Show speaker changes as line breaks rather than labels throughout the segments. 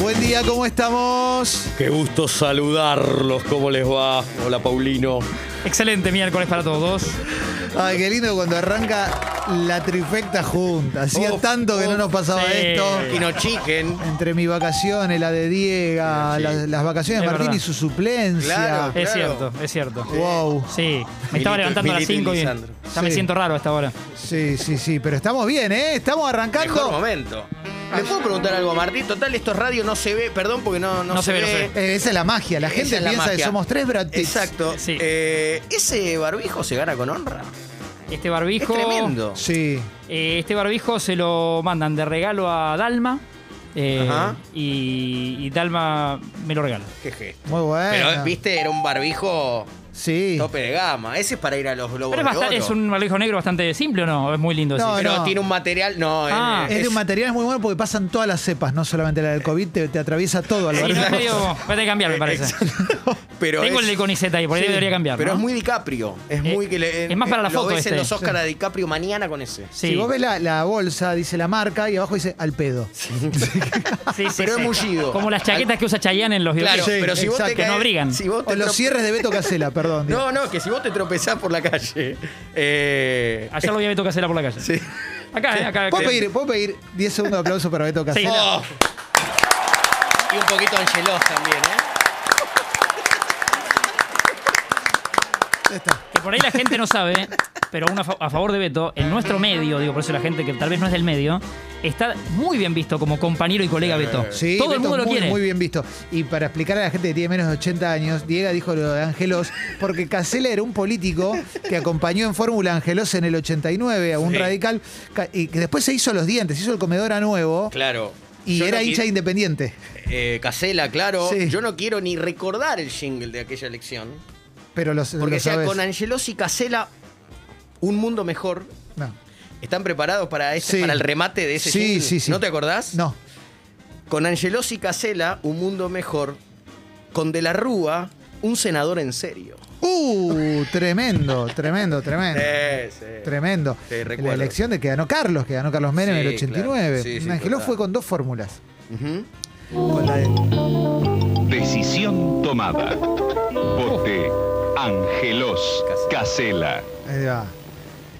buen día, ¿cómo estamos?
Qué gusto saludarlos, ¿cómo les va? Hola Paulino.
Excelente miércoles para todos.
Ay, qué lindo cuando arranca la trifecta junta. Hacía
Uf,
tanto que no
uf,
nos pasaba
sí.
esto.
Y no chiquen.
Entre mis vacaciones, la de Diego, las, las vacaciones de
Es
Martín
verdad.
y su suplencia.
Claro.
Es cierto, es cierto.
Wow.
Sí, me
Milito-
estaba levantando a las 5
Milito y
y ya
Lisandro.
me
Sí.
siento raro a esta hora.
Sí, sí, sí. Pero estamos bien, ¿eh? Estamos
Mejor
arrancando.
momento.
Ah.
¿Le puedo preguntar algo a Martín? Total, estos radios no se ve, perdón porque no, no,
No se ve, no se ve.
Eh, esa es la magia. La
Esa
gente
es la
piensa que
magia.
somos tres Brad Pitts.
Exacto.
Sí.
Eh, ¿Ese barbijo se gana con honra?
Este
Es
barbijo.
tremendo.
Sí.
eh, este barbijo se lo mandan de regalo a Dalma. eh,
Ajá. Oh,
y, y Dalma me lo regala.
Qué gesto.
Muy bueno.
Pero, eh, viste, era un barbijo
Sí.
tope de gama. Ese es para ir a los globos
Pero es,
de
bastante-
oro.
es un barbijo negro bastante simple, ¿o no? Es muy lindo.
No,
ese.
Pero
no.
tiene un material... No,
Ah,
eh,
Es de un material muy bueno porque pasan todas las cepas, no solamente la del COVID, te, te atraviesa todo al
Sí, no, es
barrio.
medio- voy a tener que cambiar, me parece.
pero
Tengo
es-
el de Conicet ahí, por ahí
Sí,
debería cambiar.
Pero
¿no?
es muy DiCaprio. Es
Eh,
muy que le-
es más para la
lo
foto
ves en
este.
los Oscar a DiCaprio mañana con ese.
Sí,
Si vos ves la, la bolsa, dice la marca y abajo dice al pedo.
sí, sí,
pero
sí.
es mullido.
Como las chaquetas que usa Chayanne en los videos.
Claro,
Sí,
pero si vos
exacto.
te
Que no
caes-
abrigan.
Si vos te
O los
trope-
cierres de Beto Casela, perdón. digo.
No, no, que si vos te tropezás por la calle. Eh,
Ayer lo vi a Beto Casela por la calle.
sí.
Acá, eh, acá.
¿Puedo
que-
pedir, ¿Puedo pedir 10 segundos de aplauso para Beto Casela?
Sí.
Oh. Y un poquito Angelos también, ¿eh?
Que por ahí la gente no sabe, pero uno a fa- a favor de Beto, en nuestro medio, digo, por eso la gente que tal vez no es del medio, está muy bien visto como compañero y colega Beto.
Sí,
Todo el
Beto
mundo lo
muy,
quiere.
Muy bien visto. Y para explicar a la gente que tiene menos de 80 años, Diego dijo lo de Angelos, porque Casela era un político que acompañó en Fórmula Angelos en el 89 a un radical ca- y que después se hizo los dientes, hizo el comedor a nuevo
Claro.
y
Yo no
era
qui-
hincha independiente.
Eh, Casela, claro.
Sí.
Yo no quiero ni recordar el jingle de aquella elección.
Pero los,
Porque
lo
sea
sabés.
con Angelos y Casela, un mundo mejor.
No.
¿Están preparados para, ese,
Sí.
para el remate de ese
Sí,
jingle?
sí, sí.
¿No te acordás?
No.
Con Angelos y Casela, un mundo mejor. Con De la Rúa, un senador en serio.
Uh, tremendo, tremendo, tremendo.
Sí, sí.
Tremendo.
Sí, recuerdo.
la elección de que ganó Carlos, que ganó Carlos Menem en el
Sí,
89.
claro. Sí, sí,
Angeló
total.
fue con dos fórmulas.
Ujú.
Con la de-
Decisión tomada. Bote. Angelos. Casela.
ahí va.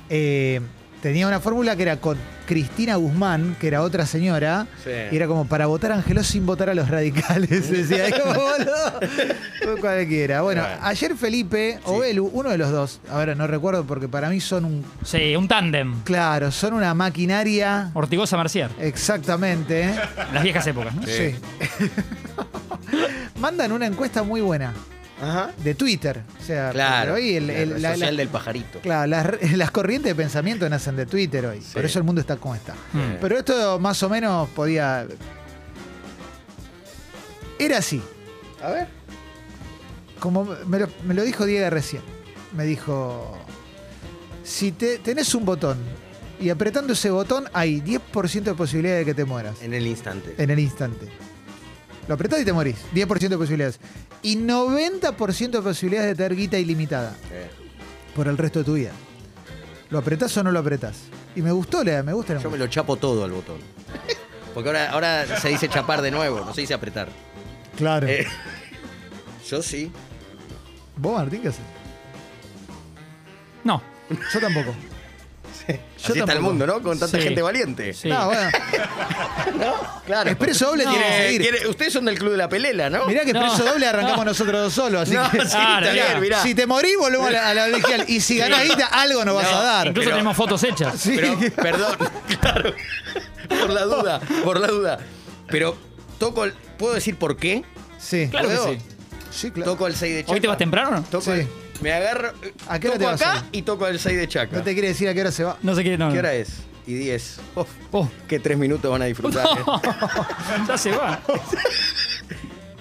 Eh, tenía una fórmula que era con Cristina Guzmán, que era otra señora,
Sí.
y era como para votar a Angeló sin votar a los radicales. Decía, "Ay, como, boludo". cualquiera. Bueno,
Bueno.
ayer Felipe o Belu, uno de los dos, ahora no recuerdo porque para mí son un.
Sí, un tándem.
Claro, son una maquinaria.
Ortigosa Mercier.
Exactamente. ¿eh?
Las viejas épocas. ¿no?
Sí. Mandan una encuesta muy buena
Ajá.
de Twitter. O sea,
Claro.
porque hoy el- el-
la,
la-
social
la-
del pajarito.
claro, las, re- las corrientes de pensamiento nacen de Twitter hoy. Por eso el mundo está como está.
Mm.
Pero esto más o menos podía. Era así.
A ver.
Como me lo, me lo dijo Diego recién. Me dijo. Si te, tenés un botón y apretando ese botón hay 10% de posibilidad de que te mueras.
En el instante.
en el instante. Lo apretás y te morís. 10% de posibilidades. Y 90% de posibilidades de tener guita ilimitada
Eh,
por el resto de tu vida. ¿Lo apretás o no lo apretás? Y me gustó, la, me gusta la
Yo me lo chapo todo al botón. Porque ahora, ahora se dice chapar de nuevo, no se dice apretar.
Claro.
Eh, yo sí.
¿Vos, Martín, qué haces?
No.
Yo tampoco.
Así está el
tampoco.
mundo, ¿no? Con tanta
Sí.
gente valiente.
Sí.
No, bueno.
Claro.
Expreso doble tiene que
Quiere-
seguir.
quiere- ustedes son del club de la pelela, ¿no?
Mirá que
No.
preso doble arrancamos nosotros dos solos. Así
no,
que,
sí,
Claro,
está
mirá.
bien, mirá.
Si te morís, volvemos a la, a la original. Y si ganás guita, algo nos vas a dar.
Incluso
Pero-
tenemos fotos hechas.
Sí.
Pero, perdón, claro. Por la duda, por la duda. Pero toco el- ¿Puedo decir por qué?
Sí.
Claro que
¿Puedo?
sí.
Sí, claro.
Toco el 6 de Chaca.
¿Hoy te vas temprano?
Toco
Sí.
el- me agarro.
¿A qué hora
toco
te vas
acá
hoy?
y toco el 6 de Chaca.
No te quiere decir a qué hora se va.
No sé qué. No, no.
¿Qué hora es? Y 10. Uf,
Oh.
qué tres minutos van a disfrutar. eh.
ya se va.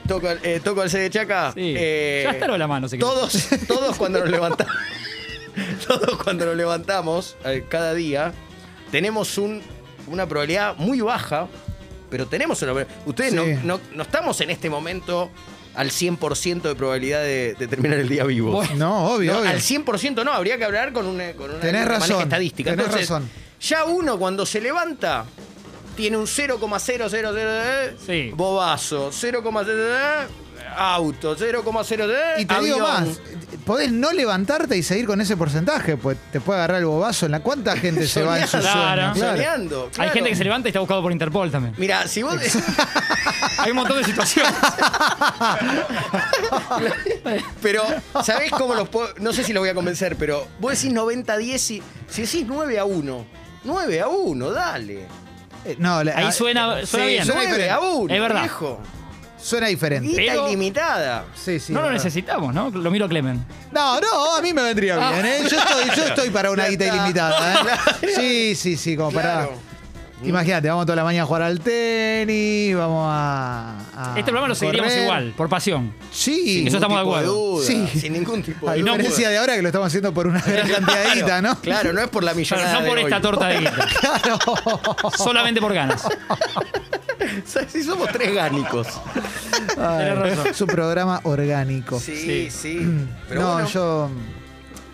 Toco, el- eh, toco el C de Chaca.
Sí.
eh,
Ya está lo de la mano, si querés.
Todos, todos cuando nos levantamos. todos cuando nos levantamos eh, cada día, tenemos un- una probabilidad muy baja, pero tenemos una probabilidad. Ustedes no,
Sí.
no- no estamos en este momento al 100% de probabilidad de, de terminar el día vivo.
No, obvio, obvio.
No, al 100% no, habría que hablar con una, con una
Tenés
que maneje
razón,
estadística.
tenés
Entonces,
razón.
Ya uno cuando se levanta tiene un 0,000
Sí.
bobazo, 0,000 auto, 0,000
Y te digo
avión.
más, podés no levantarte y seguir con ese porcentaje, pues te puede agarrar el bobazo en la cuánta gente se va en su sueño.
Claro.
Claro.
Soñando,
Hay
claro.
gente que se levanta y está buscado por Interpol también.
Mira, si vos.
Hay un montón de situaciones.
Pero, ¿sabés cómo los puedo.? No sé si los voy a convencer, pero vos decís 90-10 y. Si decís 9 a 1. 9 a 1, dale.
Eh, No, la-
Ahí
ah,
suena, suena
sí,
bien.
suena
9 a 1.
Es verdad.
Viejo.
suena diferente.
Guita
Pero-
ilimitada.
Sí, sí,
no lo
es verdad.
necesitamos, ¿no? Lo miro a Clemen.
No, no, a mí me vendría
Ah.
bien, ¿eh? Yo estoy, yo estoy para una
Ya
guita
está.
ilimitada, ¿eh? Sí, sí, sí, como para.
Claro.
Imagínate, vamos toda la mañana a jugar al tenis, vamos a. a
Este programa lo seguiríamos
correr.
igual, por pasión.
Sí,
Sí, eso estamos de
tipo
acuerdo.
duda,
Sí.
Sin ningún tipo
a
de duda.
diferencia de ahora que lo estamos haciendo por una gran cantidad de guita, ¿no?
Claro, no es por la
Pero
millonada.
no por
de
esta
hoy.
torta de guita. Solamente por ganas.
¿Sabes? Si somos tres gánicos.
Ay, Es un programa orgánico.
Sí, sí. Pero
no,
bueno,
yo. mm,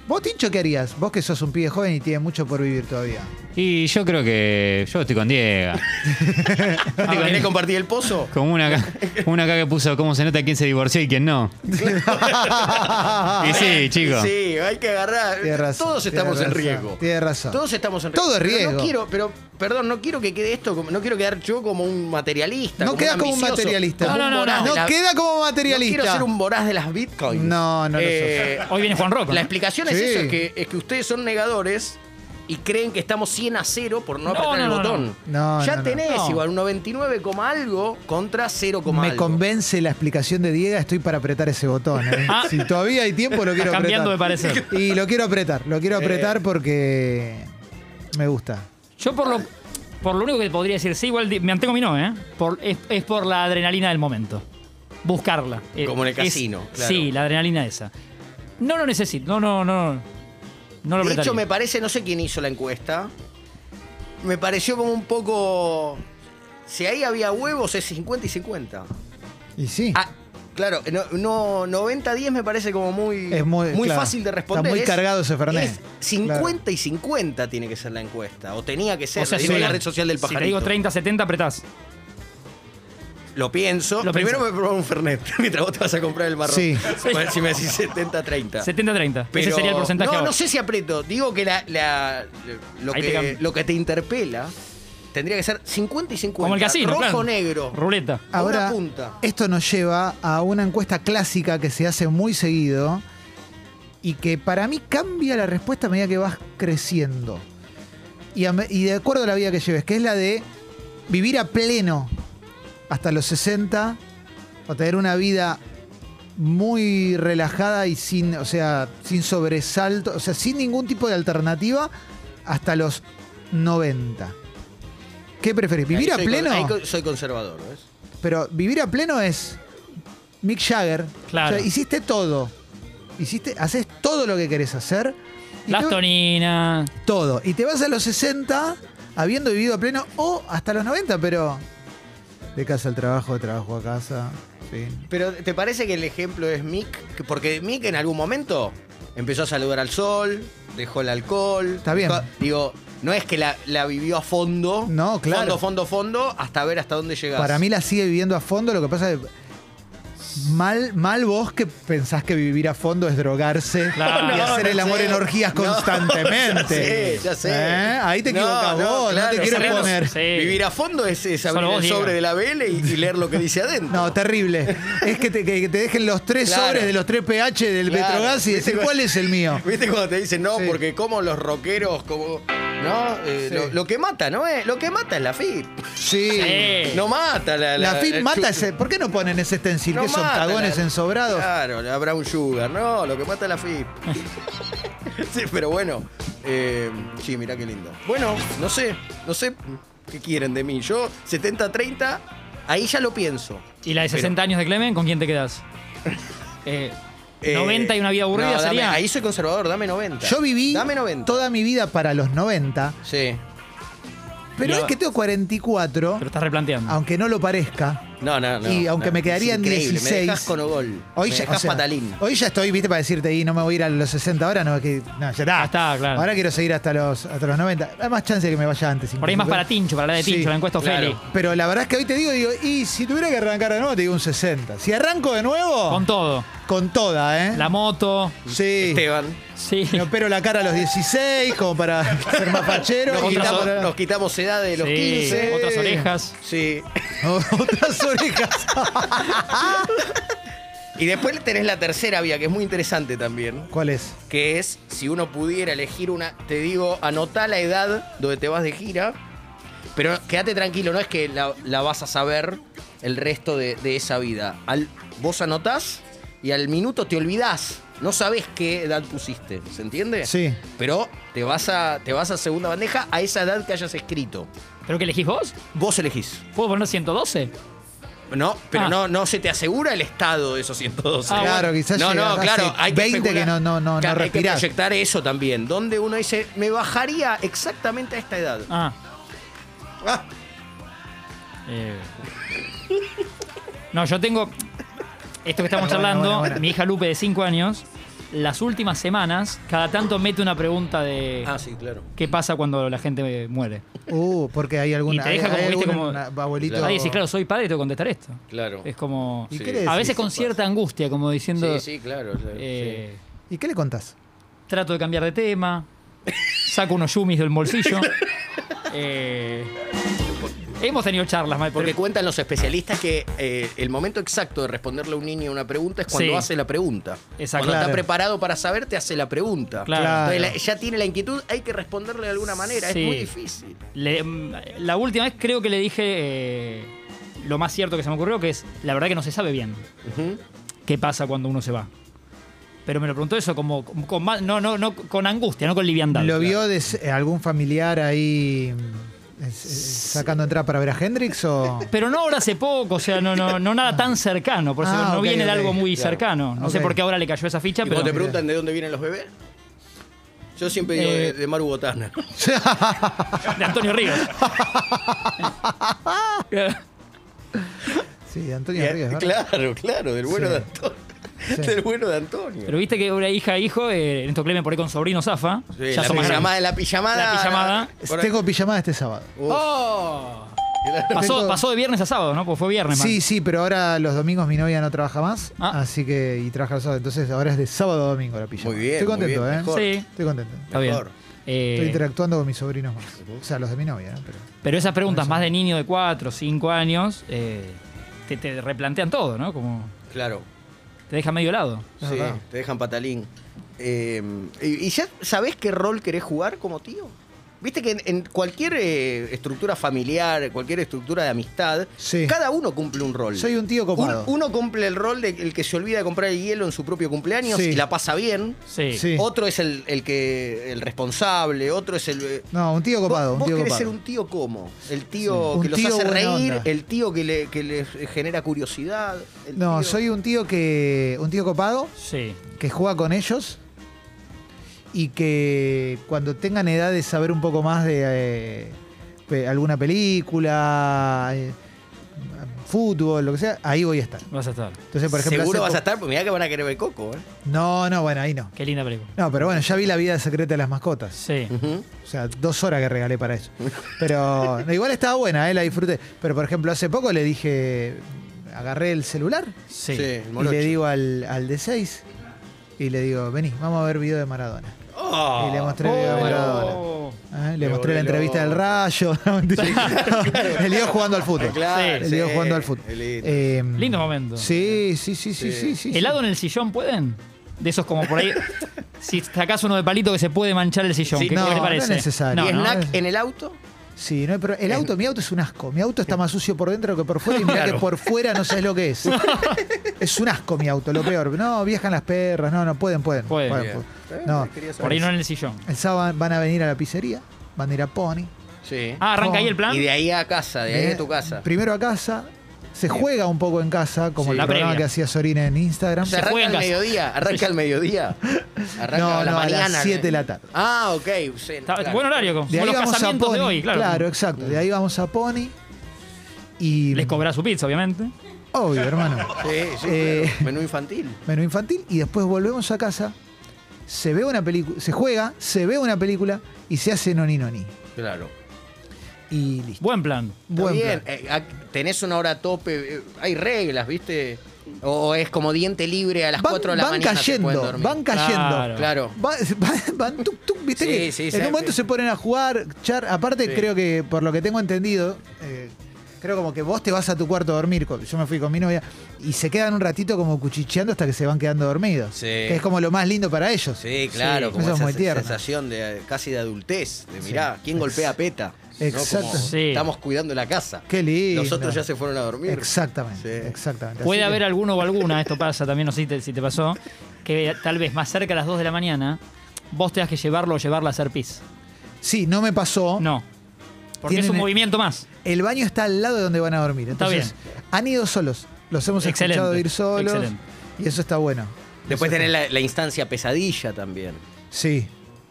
¿Vos, Tincho, qué harías? Vos que sos un pibe joven y tienes mucho por vivir todavía.
Y yo creo que yo estoy con Diego.
Ah,
¿Querés compartir el pozo?
Como una acá, una acá que puso cómo se nota quién se divorció y quién no.
Ah,
y sí, chicos.
Sí, hay que agarrar.
Tienes razón,
Todos estamos
tienes
en
razón,
riesgo.
tienes razón.
Todos estamos en riesgo.
Todo es
Pero
riesgo.
no quiero, pero, perdón, no quiero que quede esto, como- no quiero quedar yo como un materialista.
No quedas como un
ambicioso,
materialista.
como
No,
un
no, no,
voraz
no.
Ah,
de
No
la-
queda como
No Ah, quiero
materialista.
ser un voraz de las bitcoins.
No, no lo
Eh,
Hoy viene Juan Rocco.
La explicación es
Sí.
eso, es que, es que ustedes son negadores y creen que estamos 100 a 0 por no,
No,
apretar
no,
el
no,
botón.
no. No,
ya
no, no.
tenés
No.
igual un 99, coma algo contra 0, coma
Me
algo.
convence la explicación de Diego, estoy para apretar ese botón. ¿eh?
Ah.
Si todavía hay tiempo, lo quiero
Está cambiando
apretar.
de parecer.
Y lo quiero apretar, lo
Eh.
quiero apretar porque me gusta.
Yo por lo, por lo único que podría decir, sí, igual di- me mantengo mi no, ¿eh? Por, es, es por la adrenalina del momento. Buscarla. Eh,
Como en el
es-
casino, claro.
Sí, la adrenalina esa. No lo necesito, no, no, no. No lo
De
apretaría.
hecho, me parece, no sé quién hizo la encuesta, me pareció como un poco... Si ahí había huevos es 50 y 50.
Y sí.
Ah, claro, no, no 90-10 me parece como muy,
Es muy- claro.
fácil de
Está
responder.
muy
Es-
cargado ese Fernet.
es 50 y 50 tiene que ser la encuesta, o tenía que ser,
O sea,
digo,
si-
la red social del
Si te
pajarito.
digo 30, 70, apretás.
Lo pienso.
Lo
Primero
pienso.
me probo un Fernet, mientras vos te vas a comprar el marrón.
Sí.
Bueno, si me decís
70, 30.
70-30.
Ese
Pero-
sería el porcentaje.
No,
ahora.
no sé si aprieto. Digo que la, la- lo,
Ahí te
que,
cambio.
lo que te interpela tendría que ser 50 y 50.
Como el casino.
Rojo
claro.
negro.
Ruleta.
una
Ahora,
punta.
esto nos lleva a una encuesta clásica que se hace muy seguido y que para mí cambia la respuesta a medida que vas creciendo. Y, a me- y de acuerdo a la vida que lleves, que es la de vivir a pleno hasta los 60 o tener una vida muy relajada y sin, o sea, sin sobresalto, o sea, sin ningún tipo de alternativa hasta los 90. ¿Qué preferís?
Ahí
¿Vivir a
soy con-
pleno?
ahí co- soy conservador, ¿ves?
Pero vivir a pleno es Mick Jagger.
Claro.
O sea, hiciste todo. Hiciste, haces todo lo que querés hacer. Y
Las
te-
toninas.
Todo. Y te vas a los 60 habiendo vivido a pleno o hasta los 90, pero de casa al trabajo, de trabajo a casa. fin.
Pero ¿te parece que el ejemplo es Mick? Que- Porque Mick en algún momento empezó a saludar al sol, dejó el alcohol.
Está bien.
dejó- digo, no es que la, la vivió a fondo.
No, claro.
Fondo, fondo, fondo, hasta ver hasta dónde llegás.
Para mí la sigue viviendo a fondo, lo que pasa es mal, mal vos que pensás que vivir a fondo es drogarse
Claro.
y
No,
hacer
no
el amor
sé.
en orgías
No,
constantemente.
ya sé, ya sé.
¿Eh? Ahí te
No,
equivocás
no,
vos,
claro,
no te quiero
sabiendo-
poner.
Sí.
Vivir a fondo es, es
Solo
abrir
vos,
el
Diego.
sobre de la vela y, y leer lo que dice adentro.
No, terrible. Es que te, que te dejen los tres
Claro.
sobres de los tres pH del
Claro.
Petrogas y decir
Viste,
cuál es el mío.
¿Viste cuando te dicen no?
Sí.
Porque como los rockeros, como. No, Eh,
Sí.
lo, lo que mata, ¿no? es Lo que mata es la FIP.
Sí.
Sí.
No mata la.
La FIP
el
mata
chu-
ese. ¿Por qué no ponen ese stencil?
Eh, No
que son
mata
cagones
la-
ensobrados.
Claro, la Brown Sugar, no, lo que mata es la FIP. sí, pero bueno. eh, sí, mirá qué lindo. Bueno, no sé, no sé qué quieren de mí. Yo, 70-30, ahí ya lo pienso.
¿Y la de 60 años de Clemen? ¿Con quién te quedas? Eh,
Eh,
90 y una vida aburrida
no, dame-
sería.
Ahí soy conservador, dame 90.
Yo viví
Dame 90.
toda mi vida para los 90,
Sí.
pero
Y
es que tengo 44,
Pero estás replanteando.
aunque no lo parezca.
No, no, no.
Y aunque
no,
me
es
quedarían
increíble,
16.
Me dejas con gol.
Hoy
me
ya,
dejas
o sea,
patalín.
hoy ya estoy, viste, para decirte, y no me voy a ir a los 60 ahora, no, que, no, ya está.
Ya está, claro.
Ahora quiero seguir hasta los, hasta los 90. Hay más chance de que me vaya antes.
Por ahí
incluso,
más
pero-
para Tincho, para la de
Sí,
Tincho, la encuesta
claro.
Feli.
Pero la verdad es que hoy te digo, digo, y si tuviera que arrancar de nuevo, te digo un 60. Si arranco de nuevo,
Con todo.
con toda, ¿eh?
La moto.
sí.
Esteban.
Sí.
Me opero la cara a los 16, como para ser más fachero.
Nos
y
otras-
quitamos,
la-
nos quitamos edad de los
Sí,
15.
Otras orejas.
Sí.
Otras orejas.
Y después tenés la tercera vía, que es muy interesante también.
¿Cuál es?
Que es, si uno pudiera elegir una, te digo, anotá la edad donde te vas de gira. Pero quédate tranquilo, no es que la, la vas a saber el resto de, de esa vida. Al, vos anotás y al minuto te olvidás. No sabés qué edad pusiste, ¿se entiende?
Sí.
Pero te vas a, te vas a segunda bandeja a esa edad que hayas escrito.
¿Pero qué elegís vos?
Vos elegís.
¿Puedo poner 112?
No, pero
Ah.
no, no se te asegura el estado de esos 112.
Ah,
claro,
bueno.
quizás
no,
llegás
no,
hace
claro. Hay
20 que,
especular.
no, no, no,
Claro,
no
hay que
respirás.
proyectar eso también. Donde uno dice, me bajaría exactamente a esta edad.
Ah.
Ah,
Eh. No, yo tengo. Esto que
Bueno,
estamos charlando,
bueno, bueno.
mi hija Lupe de 5 años, las últimas semanas, cada tanto mete una pregunta de
ah, sí, claro.
qué pasa cuando la gente muere.
Uh, porque hay alguna.
Y te deja
hay-
como,
hay
viste,
algún
como-
abuelito.
Ahí decís, claro, soy padre, tengo que contestar esto.
Claro.
Es como.
¿Y
Sí.
qué le
A
decís?
veces con cierta angustia, como diciendo.
Sí, sí, claro. claro,
eh,
¿Y qué le contás?
Trato de cambiar de tema. Saco unos yumis del bolsillo. Eh, hemos tenido charlas, Mike,
sí. Porque
porque
cuentan los especialistas que eh, el momento exacto de responderle a un niño una pregunta es cuando
Sí.
hace la pregunta.
Exacto.
Cuando
Claro.
está preparado para saber, te hace la pregunta.
Claro.
Claro.
Entonces, la- ya tiene la inquietud, hay que responderle de alguna manera.
Sí.
Es muy difícil.
le- mm, la última vez creo que le dije eh, lo más cierto que se me ocurrió, que es la verdad que no se sabe bien qué pasa cuando uno se va. Pero me lo preguntó eso como con, con más- no, no, no, con angustia, no con liviandad.
¿Lo vio de s- algún familiar ahí mm, es- es- sacando entrada para ver a Hendrix o.?
Pero no ahora hace poco, o sea, no, no, no nada tan cercano, por eso
Ah,
no
ok,
viene de
ok,
algo muy
claro.
cercano. No sé
Ok.
por qué ahora le cayó esa ficha,
Y
pero
cuando te preguntan de dónde vienen los bebés, yo siempre
Eh,
digo de, de Maru Botana.
de Antonio Ríos.
Sí, de Antonio Ríos. ¿verdad?
claro, claro, del bueno
Sí.
de Antonio.
Sí.
Del bueno de Antonio.
pero viste que una hija hijo, eh, Ernesto Clemen por ahí con sobrino Zafa.
Sí,
ya
la,
son más
pijamada,
grandes.
la pijamada.
La pijamada.
Por-
Tengo pijamada este sábado.
¡Oh!
Pasó,
Tengo-
pasó de viernes a sábado, ¿no? Pues fue viernes. man.
Sí, sí, pero ahora los domingos mi novia no trabaja más,
Ah.
así que y trabaja el sábado. Entonces ahora es de sábado a domingo la pijama.
Muy bien,
Estoy
muy
contento,
bien,
¿eh?
mejor.
Sí.
Estoy contento.
Está bien.
Mejor.
Eh,
Estoy interactuando con mis sobrinos más. O sea, los de mi novia, ¿no? Pero-
pero esas preguntas más de niño de 4, 5 años, eh, te, te replantean todo, ¿no? Como
Claro.
te deja medio lado.
Es
Sí,
verdad.
te dejan patalín. Eh, ¿Y y ya sabés qué rol querés jugar como tío? Viste que en, en cualquier eh, estructura familiar, cualquier estructura de amistad,
Sí.
cada uno cumple un rol.
Soy un tío copado.
Un- uno cumple el rol del que se olvida de comprar el hielo en su propio cumpleaños
Sí.
y la pasa bien.
Sí.
Sí.
Otro es el, el que el responsable, otro es el... eh,
No, un tío copado,
Vos,
un
vos
tío
querés
copado.
ser un tío como. El tío
Sí. Un
que los
tío
hace
buena
reír,
onda.
el tío que, le, que les genera curiosidad. el
No,
tío-
soy un tío que un tío copado
Sí.
que juega con ellos y que cuando tengan edad de saber un poco más de eh, pe- alguna película, eh, fútbol, lo que sea, ahí voy a estar.
Vas a estar.
Entonces, por ejemplo,
Seguro
hace
vas a
po-
estar, porque mirá que van a querer ver Coco, ¿eh?
No, no, bueno, ahí no.
Qué linda película.
No, pero bueno, ya vi la vida secreta de las mascotas.
Sí.
O sea, dos horas que regalé para eso. Pero no, igual estaba buena, ¿eh? la disfruté. Pero por ejemplo, hace poco le dije, agarré el celular
Sí.
el
y
morocho.
le digo al, al de 6 y le digo, vení, vamos a ver video de Maradona.
Oh.
y le mostré el video de Maradona.
Oh.
Ah, Le
Me
mostré la
volvió
entrevista del
loco.
rayo. No, mentira. el lío jugando al fútbol.
Claro,
El lío
sí,
jugando al fútbol.
qué lindo.
Eh,
Lindo momento.
Sí, sí, sí, sí, sí, sí. sí.
¿Helado en el sillón pueden? De esos como por ahí. si sacás uno de palito que se puede manchar el sillón.
Sí,
¿Qué,
no,
qué te
no
parece?
es necesario.
No,
¿Y
¿no?
snack en el auto?
Sí, no hay pro- el auto, mi auto es un asco. Mi auto está más sucio por dentro que por fuera y mirá que por fuera no sabes lo que es. es un asco mi auto, lo peor. No, viajan las perras, no, no pueden, pueden.
Pueden.
pueden. No.
Por ahí no en el sillón.
El sábado van a venir a la pizzería, van a ir a Pony.
Sí.
Ah, arranca ahí el plan.
y de ahí a casa, de ahí a tu casa.
Primero a casa, se juega un poco en casa, como
Sí,
el
la
programa
previa.
que hacía Sorina en Instagram.
O sea,
Se
arranca
juega
al
en casa.
mediodía, arranca al mediodía. Arranca
No,
a la
no, a las
mañana.
siete de la tarde.
Ah, ok. sí,
Está-
claro.
Buen horario. Como
de ahí
los
vamos a
casamientos
Pony.
de hoy, claro.
exacto. De ahí vamos a Pony. Y,
Les cobrá su pizza, obviamente.
Obvio, hermano.
Sí, sí,
Eh.
claro. Menú infantil.
Menú infantil y después volvemos a casa, se ve una película, se juega, se ve una película y se hace noni noni.
Claro.
Y listo.
Buen plan.
Está
Buen
bien,
plan.
eh, ac- tenés una hora a tope, eh, hay reglas, ¿viste? O o es como diente libre a las
Van,
4 de la
van
mañana. se pueden
cayendo,
dormir.
van cayendo.
Claro.
Claro.
Va- va- van tuk, tuk, viste
Sí,
que
sí,
en
sí.
un momento se ponen a jugar, char, aparte
Sí.
creo que por lo que tengo entendido, eh, creo como que vos te vas a tu cuarto a dormir, co- yo me fui con mi novia, y se quedan un ratito como cuchicheando hasta que se van quedando dormidos,
Sí.
que es como lo más lindo para ellos.
Sí, claro, como
Eso es
esa
muy
se-
tierno.
sensación de eh, casi de adultez, de mirá, ¿quién golpea a Peta? ¿No?
Exacto.
Como
Sí.
Estamos cuidando la casa.
Qué lindo.
Nosotros ya se fueron a dormir.
Exactamente,
Sí.
exactamente.
Puede
Así
haber
que-
alguno o alguna, esto pasa también, no sé si te, si te pasó, que tal vez más cerca a las 2 de la mañana vos tengas que llevarlo o llevarla a hacer pis.
Sí, no me pasó.
No. Porque
Tienen
es un
el-
movimiento más.
El baño está al lado de donde van a dormir.
Está
Entonces, han ido solos. Los hemos
Excelente,
escuchado ir solos.
excelente.
Y eso está bueno.
Después
Eso
tenés la, la instancia pesadilla también.
está- Sí,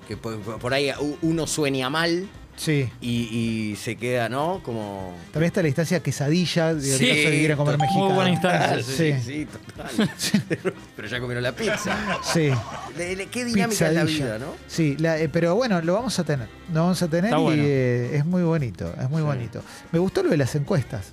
Que por, por ahí u- uno sueña mal
sí.
y, y se queda, ¿no? Como.
También está la distancia quesadilla, de
Sí,
en caso de que quieran comer
muy
mexicano.
buena instancia.
Ah, Sí, sí.
sí, total. Pero ya comieron la pizza. Le- le- qué dinámica es la
Pizzadilla.
vida, ¿no?
Sí, la- eh, pero bueno, lo vamos a tener. Lo vamos a tener
Está
y
bueno.
eh, es muy bonito, es muy bonito. Me gustó lo de las encuestas.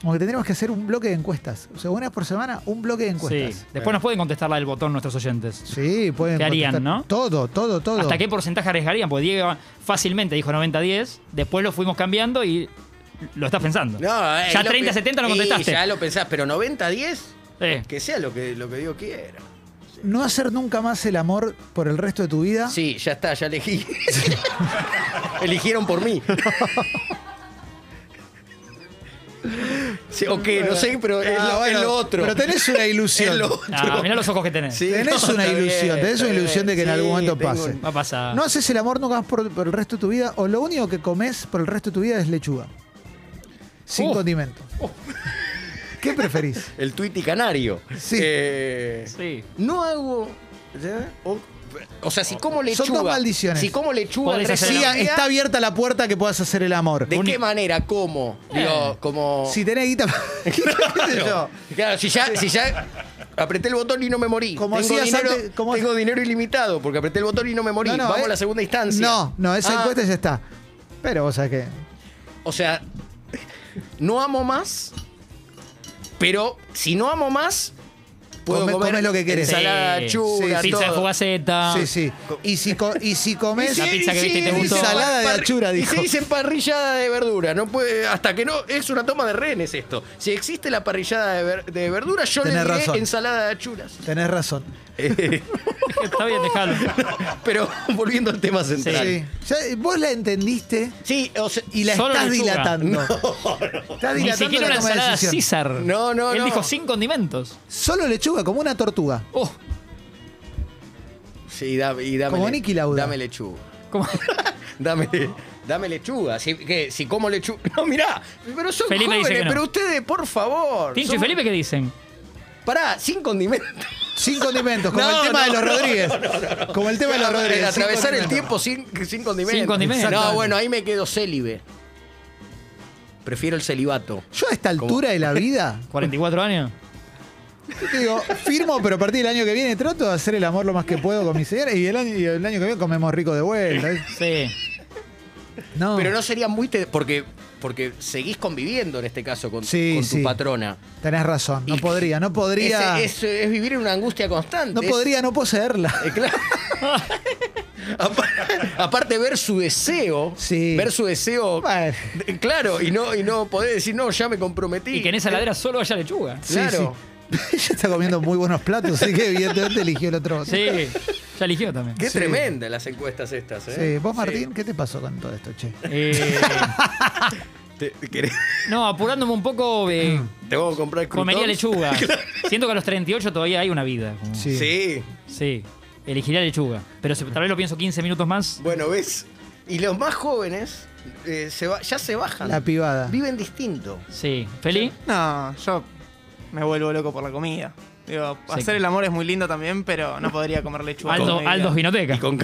Como que tendríamos que hacer un bloque de encuestas. O sea, una por semana, un bloque de encuestas.
Sí. Después nos pueden contestarla del botón nuestros oyentes.
Sí, pueden
¿Qué harían,
contestar
no?
Todo, todo, todo.
¿Hasta qué porcentaje arriesgarían? Porque Diego fácilmente dijo 90-10, después lo fuimos cambiando y lo estás pensando.
No, eh,
ya
lo
30-70 no
pe- y
contestaste.
ya lo pensás, pero 90-10,
Eh,
que sea lo que, lo que Dios quiera.
No hacer nunca más el amor por el resto de tu vida.
Sí, ya está, ya elegí. Eligieron por mí. Sí, ok, no sé, pero es,
Ah,
lo, es
bueno,
lo otro.
Pero tenés una ilusión.
Es lo otro.
ah, mirá los ojos que tenés.
Sí,
Tenés
no,
una
está
ilusión,
bien,
tenés
está
una ilusión de que en
bien.
algún momento
tengo-
pase.
Va a pasar.
No haces el amor nunca más por, por el resto de tu vida o lo único que comes por el resto de tu vida es lechuga. Sin
Uh.
condimento. ¿Qué preferís?
El tuiti canario.
Sí.
Eh,
Sí.
No hago. ¿ya? O, o sea, si como lechuga.
Son dos maldiciones.
Si como lechuga.
Podés
tres
hacer-
Sí,
días,
a- está abierta la puerta que puedas hacer el amor.
¿De qué manera? ¿Cómo?
Eh.
Digo, como.
Si tenés guita. ¿Qué sé yo?
Claro, si ya, si ya apreté el botón y no me morí.
Como
tengo,
hacías
dinero,
antes- como-
tengo dinero ilimitado porque apreté el botón y no me morí.
No, no,
Vamos
eh.
a la segunda instancia.
No, no, esa
Ah,
encuesta ya está. Pero vos sabés que.
O sea, no amo más, pero si no amo más, puedo
Come-
comer
comes lo que querés.
Ensalada,
Sí.
chura,
Sí,
Pizza de
todo.
fugaceta.
Sí, sí. Y si, co- y si
Pues,
comes.
La pizza que viste y te gustó.
Ensalada de
Parri-
achura, dijo.
Y se dicen parrillada de verdura. No puede, hasta que no. Es una toma de rehenes esto. Si existe la parrillada de, ver- de verdura, yo
Tenés
le diré
razón. Eh,
ensalada de achuras.
Tenés razón.
Está bien, dejalo.
Pero volviendo al tema central.
Sí.
Sí,
Ya, Vos la entendiste
o sea,
y la
Solo
estás
lechuga.
dilatando. Estás
Ni
dilatando
siquiera
la
una
toma de
ensalada
decisión.
César.
No, no,
Él
no.
dijo sin condimentos.
Solo lechuga, como una tortuga.
Oh,
Sí, da- y dame.
Como
le-
Niki Lauda.
Dame lechuga.
¿cómo?
Dame, dame lechuga. Si, que, si como lechuga. No, mirá. Pero son
Felipe dice
jóvenes,
que no.
pero ustedes, por favor.
Tincho y
son-
Felipe, ¿qué dicen?
Pará, sin condimentos.
Sin condimentos, como
No,
el tema
no,
de los
no,
Rodríguez. Como el tema de los
Claro, eh,
Rodríguez. sin
Atravesar el
condimentos.
tiempo sin, sin condimentos.
Sin condimentos.
No,
Exactamente.
bueno, ahí me quedo célibe. Prefiero el celibato.
Yo a esta altura de la vida,
¿44 años?
te digo, firmo, pero a partir del año que viene trato de hacer el amor lo más que puedo con mi señora y el año, y el año que viene comemos rico de vuelta. ¿eh?
Sí. Oh.
No.
Pero no sería muy. te- porque, porque seguís conviviendo en este caso con,
Sí,
con tu
sí.
patrona.
Tenés razón, no
Y-
podría, no podría.
Ese- Es, es vivir en una angustia constante.
no
Es-
podría no poseerla.
eh, claro. Apar- Aparte ver su deseo,
Sí.
ver su deseo,
Bueno.
de- claro, y no y no poder decir no, ya me comprometí.
Y que en esa ladera solo haya lechuga.
Sí,
Claro.
sí. Ella está comiendo muy buenos platos, así que evidentemente eligió el otro.
Sí. Ya eligió también.
Qué
Sí.
tremenda las encuestas estas, ¿eh?
Sí, vos Martín, ¿qué te pasó con todo esto, che?
Eh,
¿Te, querés-
no, apurándome un poco, eh,
te vamos a comprar crutón?
comería lechuga. Siento que a los 38 todavía hay una vida. como-
Sí.
Sí.
Sí. Elegiría lechuga. Pero si- tal vez lo pienso 15 minutos más.
Bueno, ¿ves? Y los más jóvenes eh, se ba- ya se bajan.
La pibada.
Viven distinto.
Sí. ¿Feli?
No, yo me vuelvo loco por la comida. Digo,
Sí.
hacer el amor es muy lindo también, pero no podría comer lechuga. toda
Aldo,
mi vida.
Aldos Vinoteca.
Y con,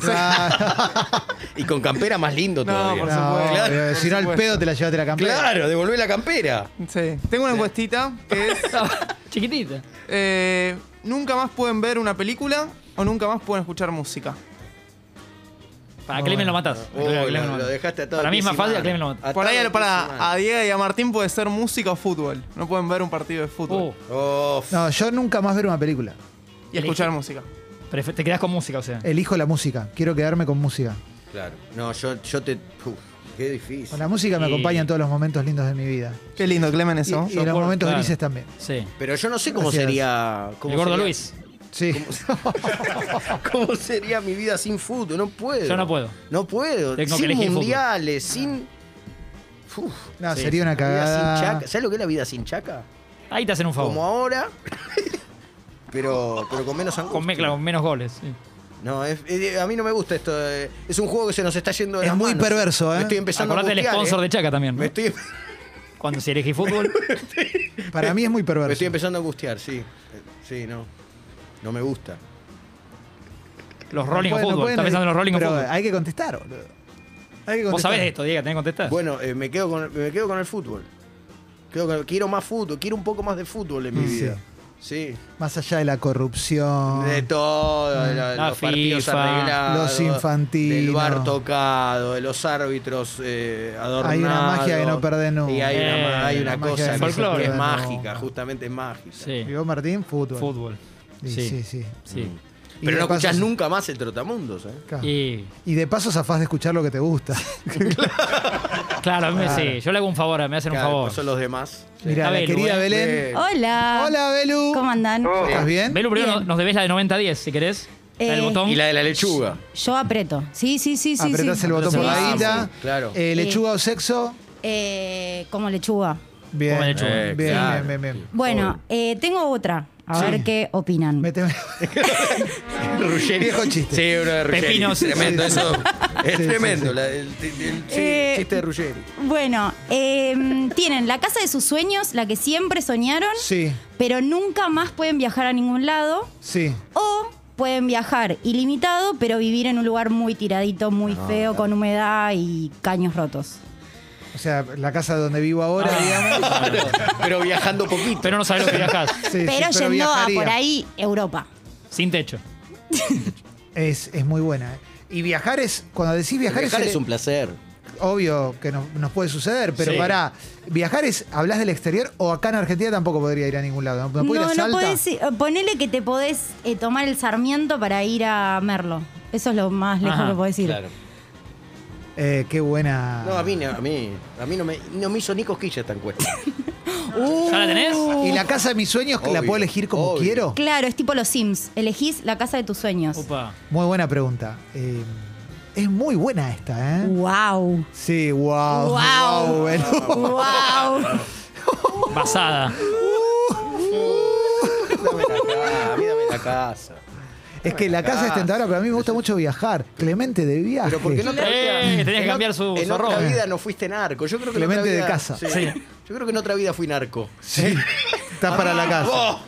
y con campera más lindo
No,
todavía.
por
Ah, No,
supuesto.
pero
Claro,
si
por
no al
supuesto.
pedo te la llevaste la campera.
Claro, devolvé la campera.
Sí. Tengo una encuestita que es:
Chiquitita.
eh, ¿nunca más pueden ver una película o nunca más pueden escuchar música?
Para Clemen lo matás.
Oh,
Para
lo-
Clemen
lo
matás.
dejaste atado
Para
de
mí es
pies
más
y
fácil, a
manos.
Clemen lo matás.
Atado
Por
de
ahí,
pies y manos.
para, a Diego y a Martín puede ser música o fútbol. No pueden ver un partido de fútbol.
Uh,
Oh,
No, yo nunca más ver una película.
y escuchar música.
prefe- te quedás con música, o sea.
Eh,
Elijo la música. Quiero quedarme con música.
Claro. No, yo, yo te. Uf, qué difícil.
Con la música me
Y-
acompaña en todos los momentos lindos de mi vida.
Qué lindo, Clemen,
Y,
eso.
y en los
por-
momentos
claro.
grises también.
Sí.
Pero yo no sé cómo
Gracias.
sería. Cómo
El gordo
sería-
Luis.
Sí.
¿Cómo sería mi vida sin fútbol? No puedo.
Yo no puedo.
No puedo.
Tengo que
sin
elegir
mundiales, sin. Uf,
No,
Sí.
sería una
la vida sin
cagada.
chaca. ¿Sabes lo que es la vida sin chaca?
Ahí te hacen un favor.
Como ahora. pero, pero con menos angustia.
Con, me- claro, con menos goles. sí.
No, es- es- a mí no me gusta esto. eh, Es un juego que se nos está yendo de
Es
las
muy
manos.
perverso, ¿eh?
Me estoy empezando
Acordate
a eh.
del sponsor de Chaca también. ¿no?
Me estoy,
Cuando se elegí fútbol.
Para mí es muy
me estoy
perverso.
empezando a angustiar, sí. Eh, Sí, no. No me gusta.
Los
No
Rolling
pueden- no
Fútbol.
pueden-
Está pensando en los Rolling
pero
Fútbol.
Hay que contestar, boludo. Hay que
Vos
contestar.
sabés esto, Diego, tenés que contestar.
eh, Bueno, eh, me, quedo con, me quedo con el fútbol. Quedo con- quiero más fútbol, quiero un poco más de fútbol en mi
Mm, Sí.
vida. Sí.
Más allá de la corrupción.
De todo, de la-
Mm. La
los partidos
FIFA,
arreglados,
los infantinos.
del bar tocado, de los árbitros eh, adornados.
Hay una magia que no perdés nunca.
Y hay una, ma-
Eh,
hay una
la magia
cosa
que
que
no se
es
pierde
mágica,
nunca.
justamente es mágica.
Y
Sí.
vos, Martín, fútbol.
Fútbol.
Y
Sí.
sí, sí.
Sí.
Mm.
Y
Pero
de
no
paso-
escuchás nunca más el Trotamundos, ¿eh?
Claro. Y...
Y
de paso zafás de escuchar lo que te gusta.
claro, a mí me- sí. Yo le hago un favor, me hacen un
Cada vez
favor.
son los demás.
Mira, la
Está Belu,
querida
¿eh?
Belén.
Hola.
Hola, Belu.
¿Cómo andan?
¿Estás bien?
Belu, primero
Bien.
nos- nos debes la de 90-10, si querés. La del
Eh,
botón.
Y la de la lechuga.
Yo aprieto. Sí, sí, sí, sí.
Apretás
sí.
el botón
Sí,
por
sí,
la
sí.
guita.
Claro.
Eh, lechuga o sexo.
Eh, como lechuga.
Bien.
Como lechuga.
Bien,
Eh,
bien,
claro.
bien, bien.
Bueno, eh, tengo otra. A ver qué opinan.
Meteme-
Ruggeri.
Viejo chiste.
Sí, uno de Ruggeri.
Pepinos.
Tremendo,
Sí, sí,
eso. Es
Sí, sí,
tremendo.
sí.
la- el, el- el- sí,
Eh,
chiste de Ruggeri.
Bueno, eh, tienen la casa de sus sueños, la que siempre soñaron,
Sí,
pero nunca más pueden viajar a ningún lado.
sí.
O pueden viajar ilimitado, pero vivir en un lugar muy tiradito, muy
Ah.
feo, con humedad y caños rotos.
O sea, la casa donde vivo ahora,
Ah.
digamos.
Pero viajando poquito.
Pero no sabés lo que viajás.
Sí, sí,
pero yendo
viajaría.
a por ahí Europa.
Sin techo.
Es, es muy buena. ¿eh? Y viajar es, cuando decís viajar,
Viajar
el-
es un placer.
obvio que nos, nos puede suceder, pero
Sí.
pará, viajar es, ¿hablas del exterior o acá en Argentina tampoco podría ir a ningún lado? No, puedo ir a
no
Salta.
podés ir- eh, Ponele que te podés eh, tomar el Sarmiento para ir a Merlo. Eso es lo más lejos
Ajá,
que podés ir.
Eh, qué buena.
No, a mí, no, a mí, a mí no, me, no me hizo ni cosquilla esta encuesta.
Uh,
¿Ya la tenés?
Y la casa de mis sueños, que la
Obvio,
puedo elegir como
obvio.
quiero.
Claro, es tipo los Sims. Elegís la casa de tus sueños.
Opa.
Muy buena pregunta. Eh, es muy buena esta, ¿eh?
Wow.
Sí, wow.
Wow.
wow,
Ah,
Belu.
Wow.
Basada.
Dame la casa, a mí dame la casa.
Es que la casa es tentadora, pero a mí me gusta mucho viajar. Clemente de viaje.
Pero porque no
Eh, tenías que cambiar su,
En
su
otra
arroba.
vida no fuiste narco. Yo creo que en
Clemente
otra
de
vida-
casa.
sí.
Sí.
Yo creo que en otra vida fui narco.
Sí, está para la casa.
¡Oh!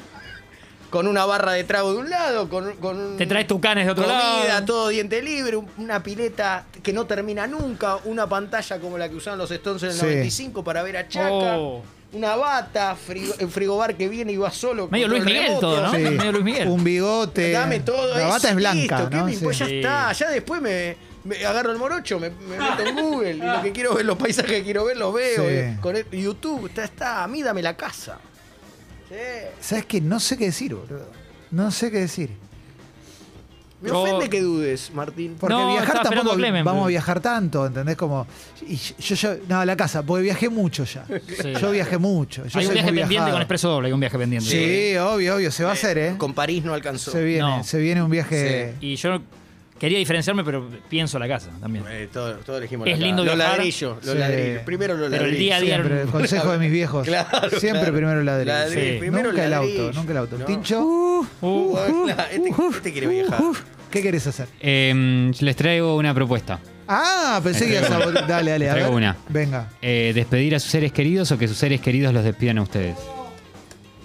Con una barra de trago de un lado, con, con un-
Te traes tucanes de otro
comida,
lado.
todo diente libre, un- una pileta que no termina nunca, una pantalla como la que usaban los Stones en el
Sí.
95 para ver a Chaca,
Oh.
una bata, frigo- el frigobar que viene y va solo.
Medio
contra
Luis
el
Miguel
remoto.
todo, ¿no?
Sí.
Medio Luis Miguel.
Un bigote.
Dame todo
este, La
eso,
bata es blanca,
listo, ¿qué
¿no?
me
Sí.
importa?
Sí.
ya está, ya después me, me agarro el morocho, me, me meto en Google, y lo que quiero ver, los paisajes que quiero ver, los veo,
Sí.
eh, con el- YouTube, ya está, a mí dame la casa. Sí.
¿Sabes qué? No sé qué decir, boludo. No sé qué decir.
Me
Yo-
ofende que dudes, Martín.
Porque
No,
viajar
estaba
tampoco
esperando a Clemen.
vamos a viajar tanto, ¿entendés? Como. Y yo, yo, no, la casa, porque viajé mucho ya. Yo viajé mucho. Yo
Hay un
soy
viaje
muy
pendiente
viajado.
con Expreso Doble, hay un viaje pendiente.
Sí, obvio, obvio. Se va a hacer, ¿eh?
Con París no alcanzó.
Se viene,
No.
se viene un viaje.
Y yo quería diferenciarme, pero pienso la casa también.
Eh, todo, todo elegimos
Es
la-
lindo
los
viajar.
ladrillos, los
Sí.
ladrillos. Primero los
Pero el
ladrillos.
día a día
Siempre,
era
el
un-
consejo de mis viejos.
Claro,
Siempre
claro.
primero el ladrillo.
Ladrillo,
Sí.
primero
nunca el
ladrillo.
auto, nunca el auto.
No.
Tincho,
Uh,
Este, este quiere viajar.
¿qué querés hacer?
Eh, les traigo una propuesta.
Ah, pensé que ibas a. Dale, dale, a ver.
Traigo una.
Venga.
Eh, ¿Despedir a sus seres queridos o que sus seres queridos los despidan a ustedes?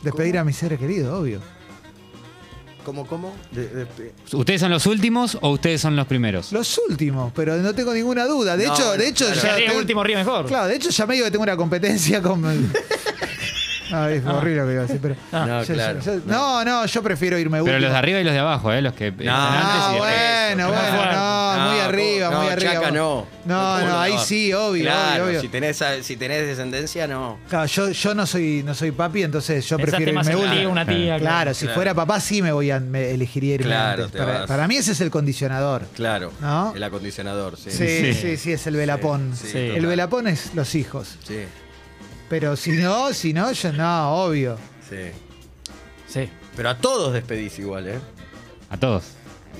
Despedir a mis seres queridos, obvio.
¿Cómo, cómo? De- de- de-
¿Ustedes son los últimos o ustedes son los primeros?
Los últimos, pero no tengo ninguna duda. De
No,
hecho, de hecho
claro.
ya.
El último ríe mejor.
Claro, de hecho ya medio que tengo una competencia con. Ah, es horrible lo que iba a decir, pero.
No,
Yo- yo-
claro.
yo- no, no, yo prefiero irme
Pero
último.
los de arriba y los de abajo, ¿eh? Los que están
Ah,
antes y después.
bueno, bueno, no,
No,
muy
¿cómo?
arriba,
No,
muy arriba.
Chaca no.
No,
¿cómo
no, ahí sí, obvio,
Claro,
obvio, obvio.
Si, tenés, a- si tenés descendencia, no.
Claro, yo, yo no soy, no soy papi, entonces yo
Pensaste
prefiero
más
irme
en un
último.
tío, una tía.
Claro, si
Claro.
fuera papá sí me voy a me elegiría irme
Claro,
antes.
te
Para,
vas.
para mí ese es el condicionador.
Claro.
No.
El acondicionador, sí.
Sí, sí, sí, es el velapón.
sí,
el
total.
velapón es los hijos.
Sí,
Pero si no, si no, yo no, obvio.
sí.
Sí.
Pero a todos despedís igual, ¿eh?
A todos.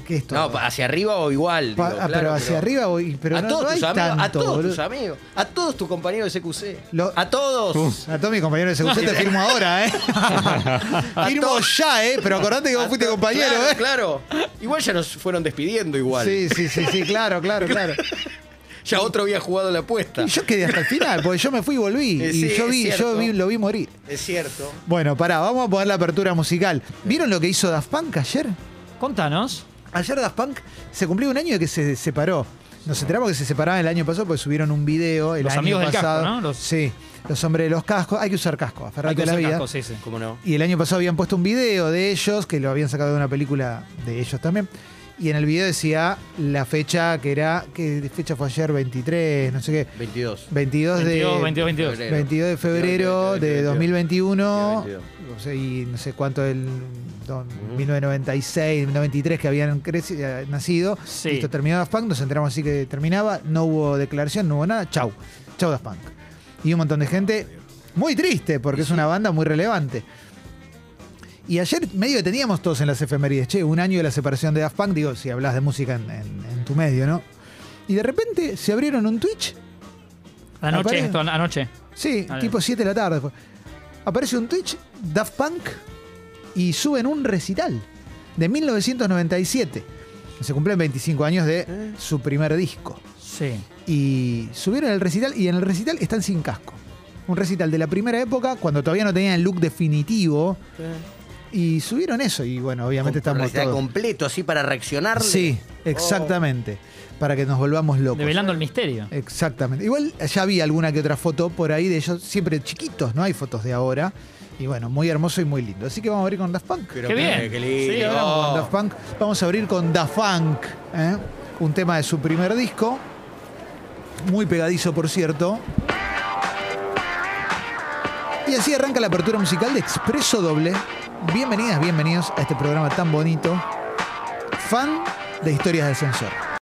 ¿Qué es todo?
No, pa- hacia arriba o igual.
Pa-
digo,
ah,
claro,
pero hacia arriba voy. Pero
a
no,
todos
no hay
tus amigos, a
tanto,
todos
boludo.
tus amigos, a todos tus compañeros de CQC.
Lo-
a todos.
A todos mis compañeros de CQC te firmo ahora, ¿eh? firmo
todos.
ya, ¿eh? Pero acordate que
A
vos fuiste
to-
compañero,
claro,
¿eh?
Claro. Igual ya nos fueron despidiendo igual.
Sí, sí, sí, sí, claro, claro, claro.
Ya otro había jugado la apuesta.
Y yo quedé hasta el final, porque yo me fui y volví.
Eh,
Y
sí,
yo
es
vi, yo
cierto.
vi- lo vi morir.
Es cierto.
Bueno, pará, vamos a poner la apertura musical. ¿Vieron lo que hizo Daft Punk ayer?
Contanos.
Ayer Daft Punk se cumplió un año de que se separó. Nos enteramos que se separaban el año pasado porque subieron un video el
Los
año
amigos del casco,
pasado.
¿no? Los-
Sí, los hombres de los cascos. Hay que usar casco,
Hay
aferrate
que
a la
usar
vida.
casco, sí, sí.
¿Cómo no?
Y el año pasado habían puesto un video de ellos, que lo habían sacado de una película de ellos también. Y en el video decía la fecha que era, ¿qué fecha fue ayer? 23, no sé qué.
22.
22 de...
22, 22, 22.
22 de febrero
22,
de 2021,
22.
o sea, y no sé cuánto del don- 1996, 93 que habían creci- eh, nacido.
Sí.
Listo, terminó Daft Punk, nos enteramos así que terminaba, no hubo declaración, no hubo nada, chau, chau Daft Punk. Y un montón de gente muy triste porque es una banda muy relevante. Y ayer medio que teníamos todos en las efemérides, che, un año de la separación de Daft Punk, digo, si hablas de música en, en- en tu medio, ¿no? Y de repente se abrieron un Twitch
Anoche,
Aparece.
esto, an- anoche.
Sí,
Ah,
tipo
bien.
7 de la tarde. fue. Aparece un Twitch, Daft Punk, y suben un recital de 1997. Se cumplen 25 años de su primer disco.
Sí.
Y subieron el recital, y en el recital están sin casco. Un recital de la primera época, cuando todavía no tenían el look definitivo. Y subieron eso, y bueno, obviamente estamos
Está
todos.
completo, así para reaccionar.
Sí, exactamente. Para que nos volvamos locos.
Develando el misterio.
Exactamente. Igual ya había alguna que otra foto por ahí de ellos, siempre chiquitos, no hay fotos de ahora. Y bueno, muy hermoso y muy lindo. Así que vamos a abrir con Daft Punk.
Qué bien.
Qué lindo.
Sí,
Ahora vamos con Daft Punk. Vamos a abrir con Da Funk, ¿eh? un tema de su primer disco. Muy pegadizo, por cierto. Y así arranca la apertura musical de Expreso Doble. Bienvenidas, bienvenidos a este programa tan bonito. Fan de historias del sensor.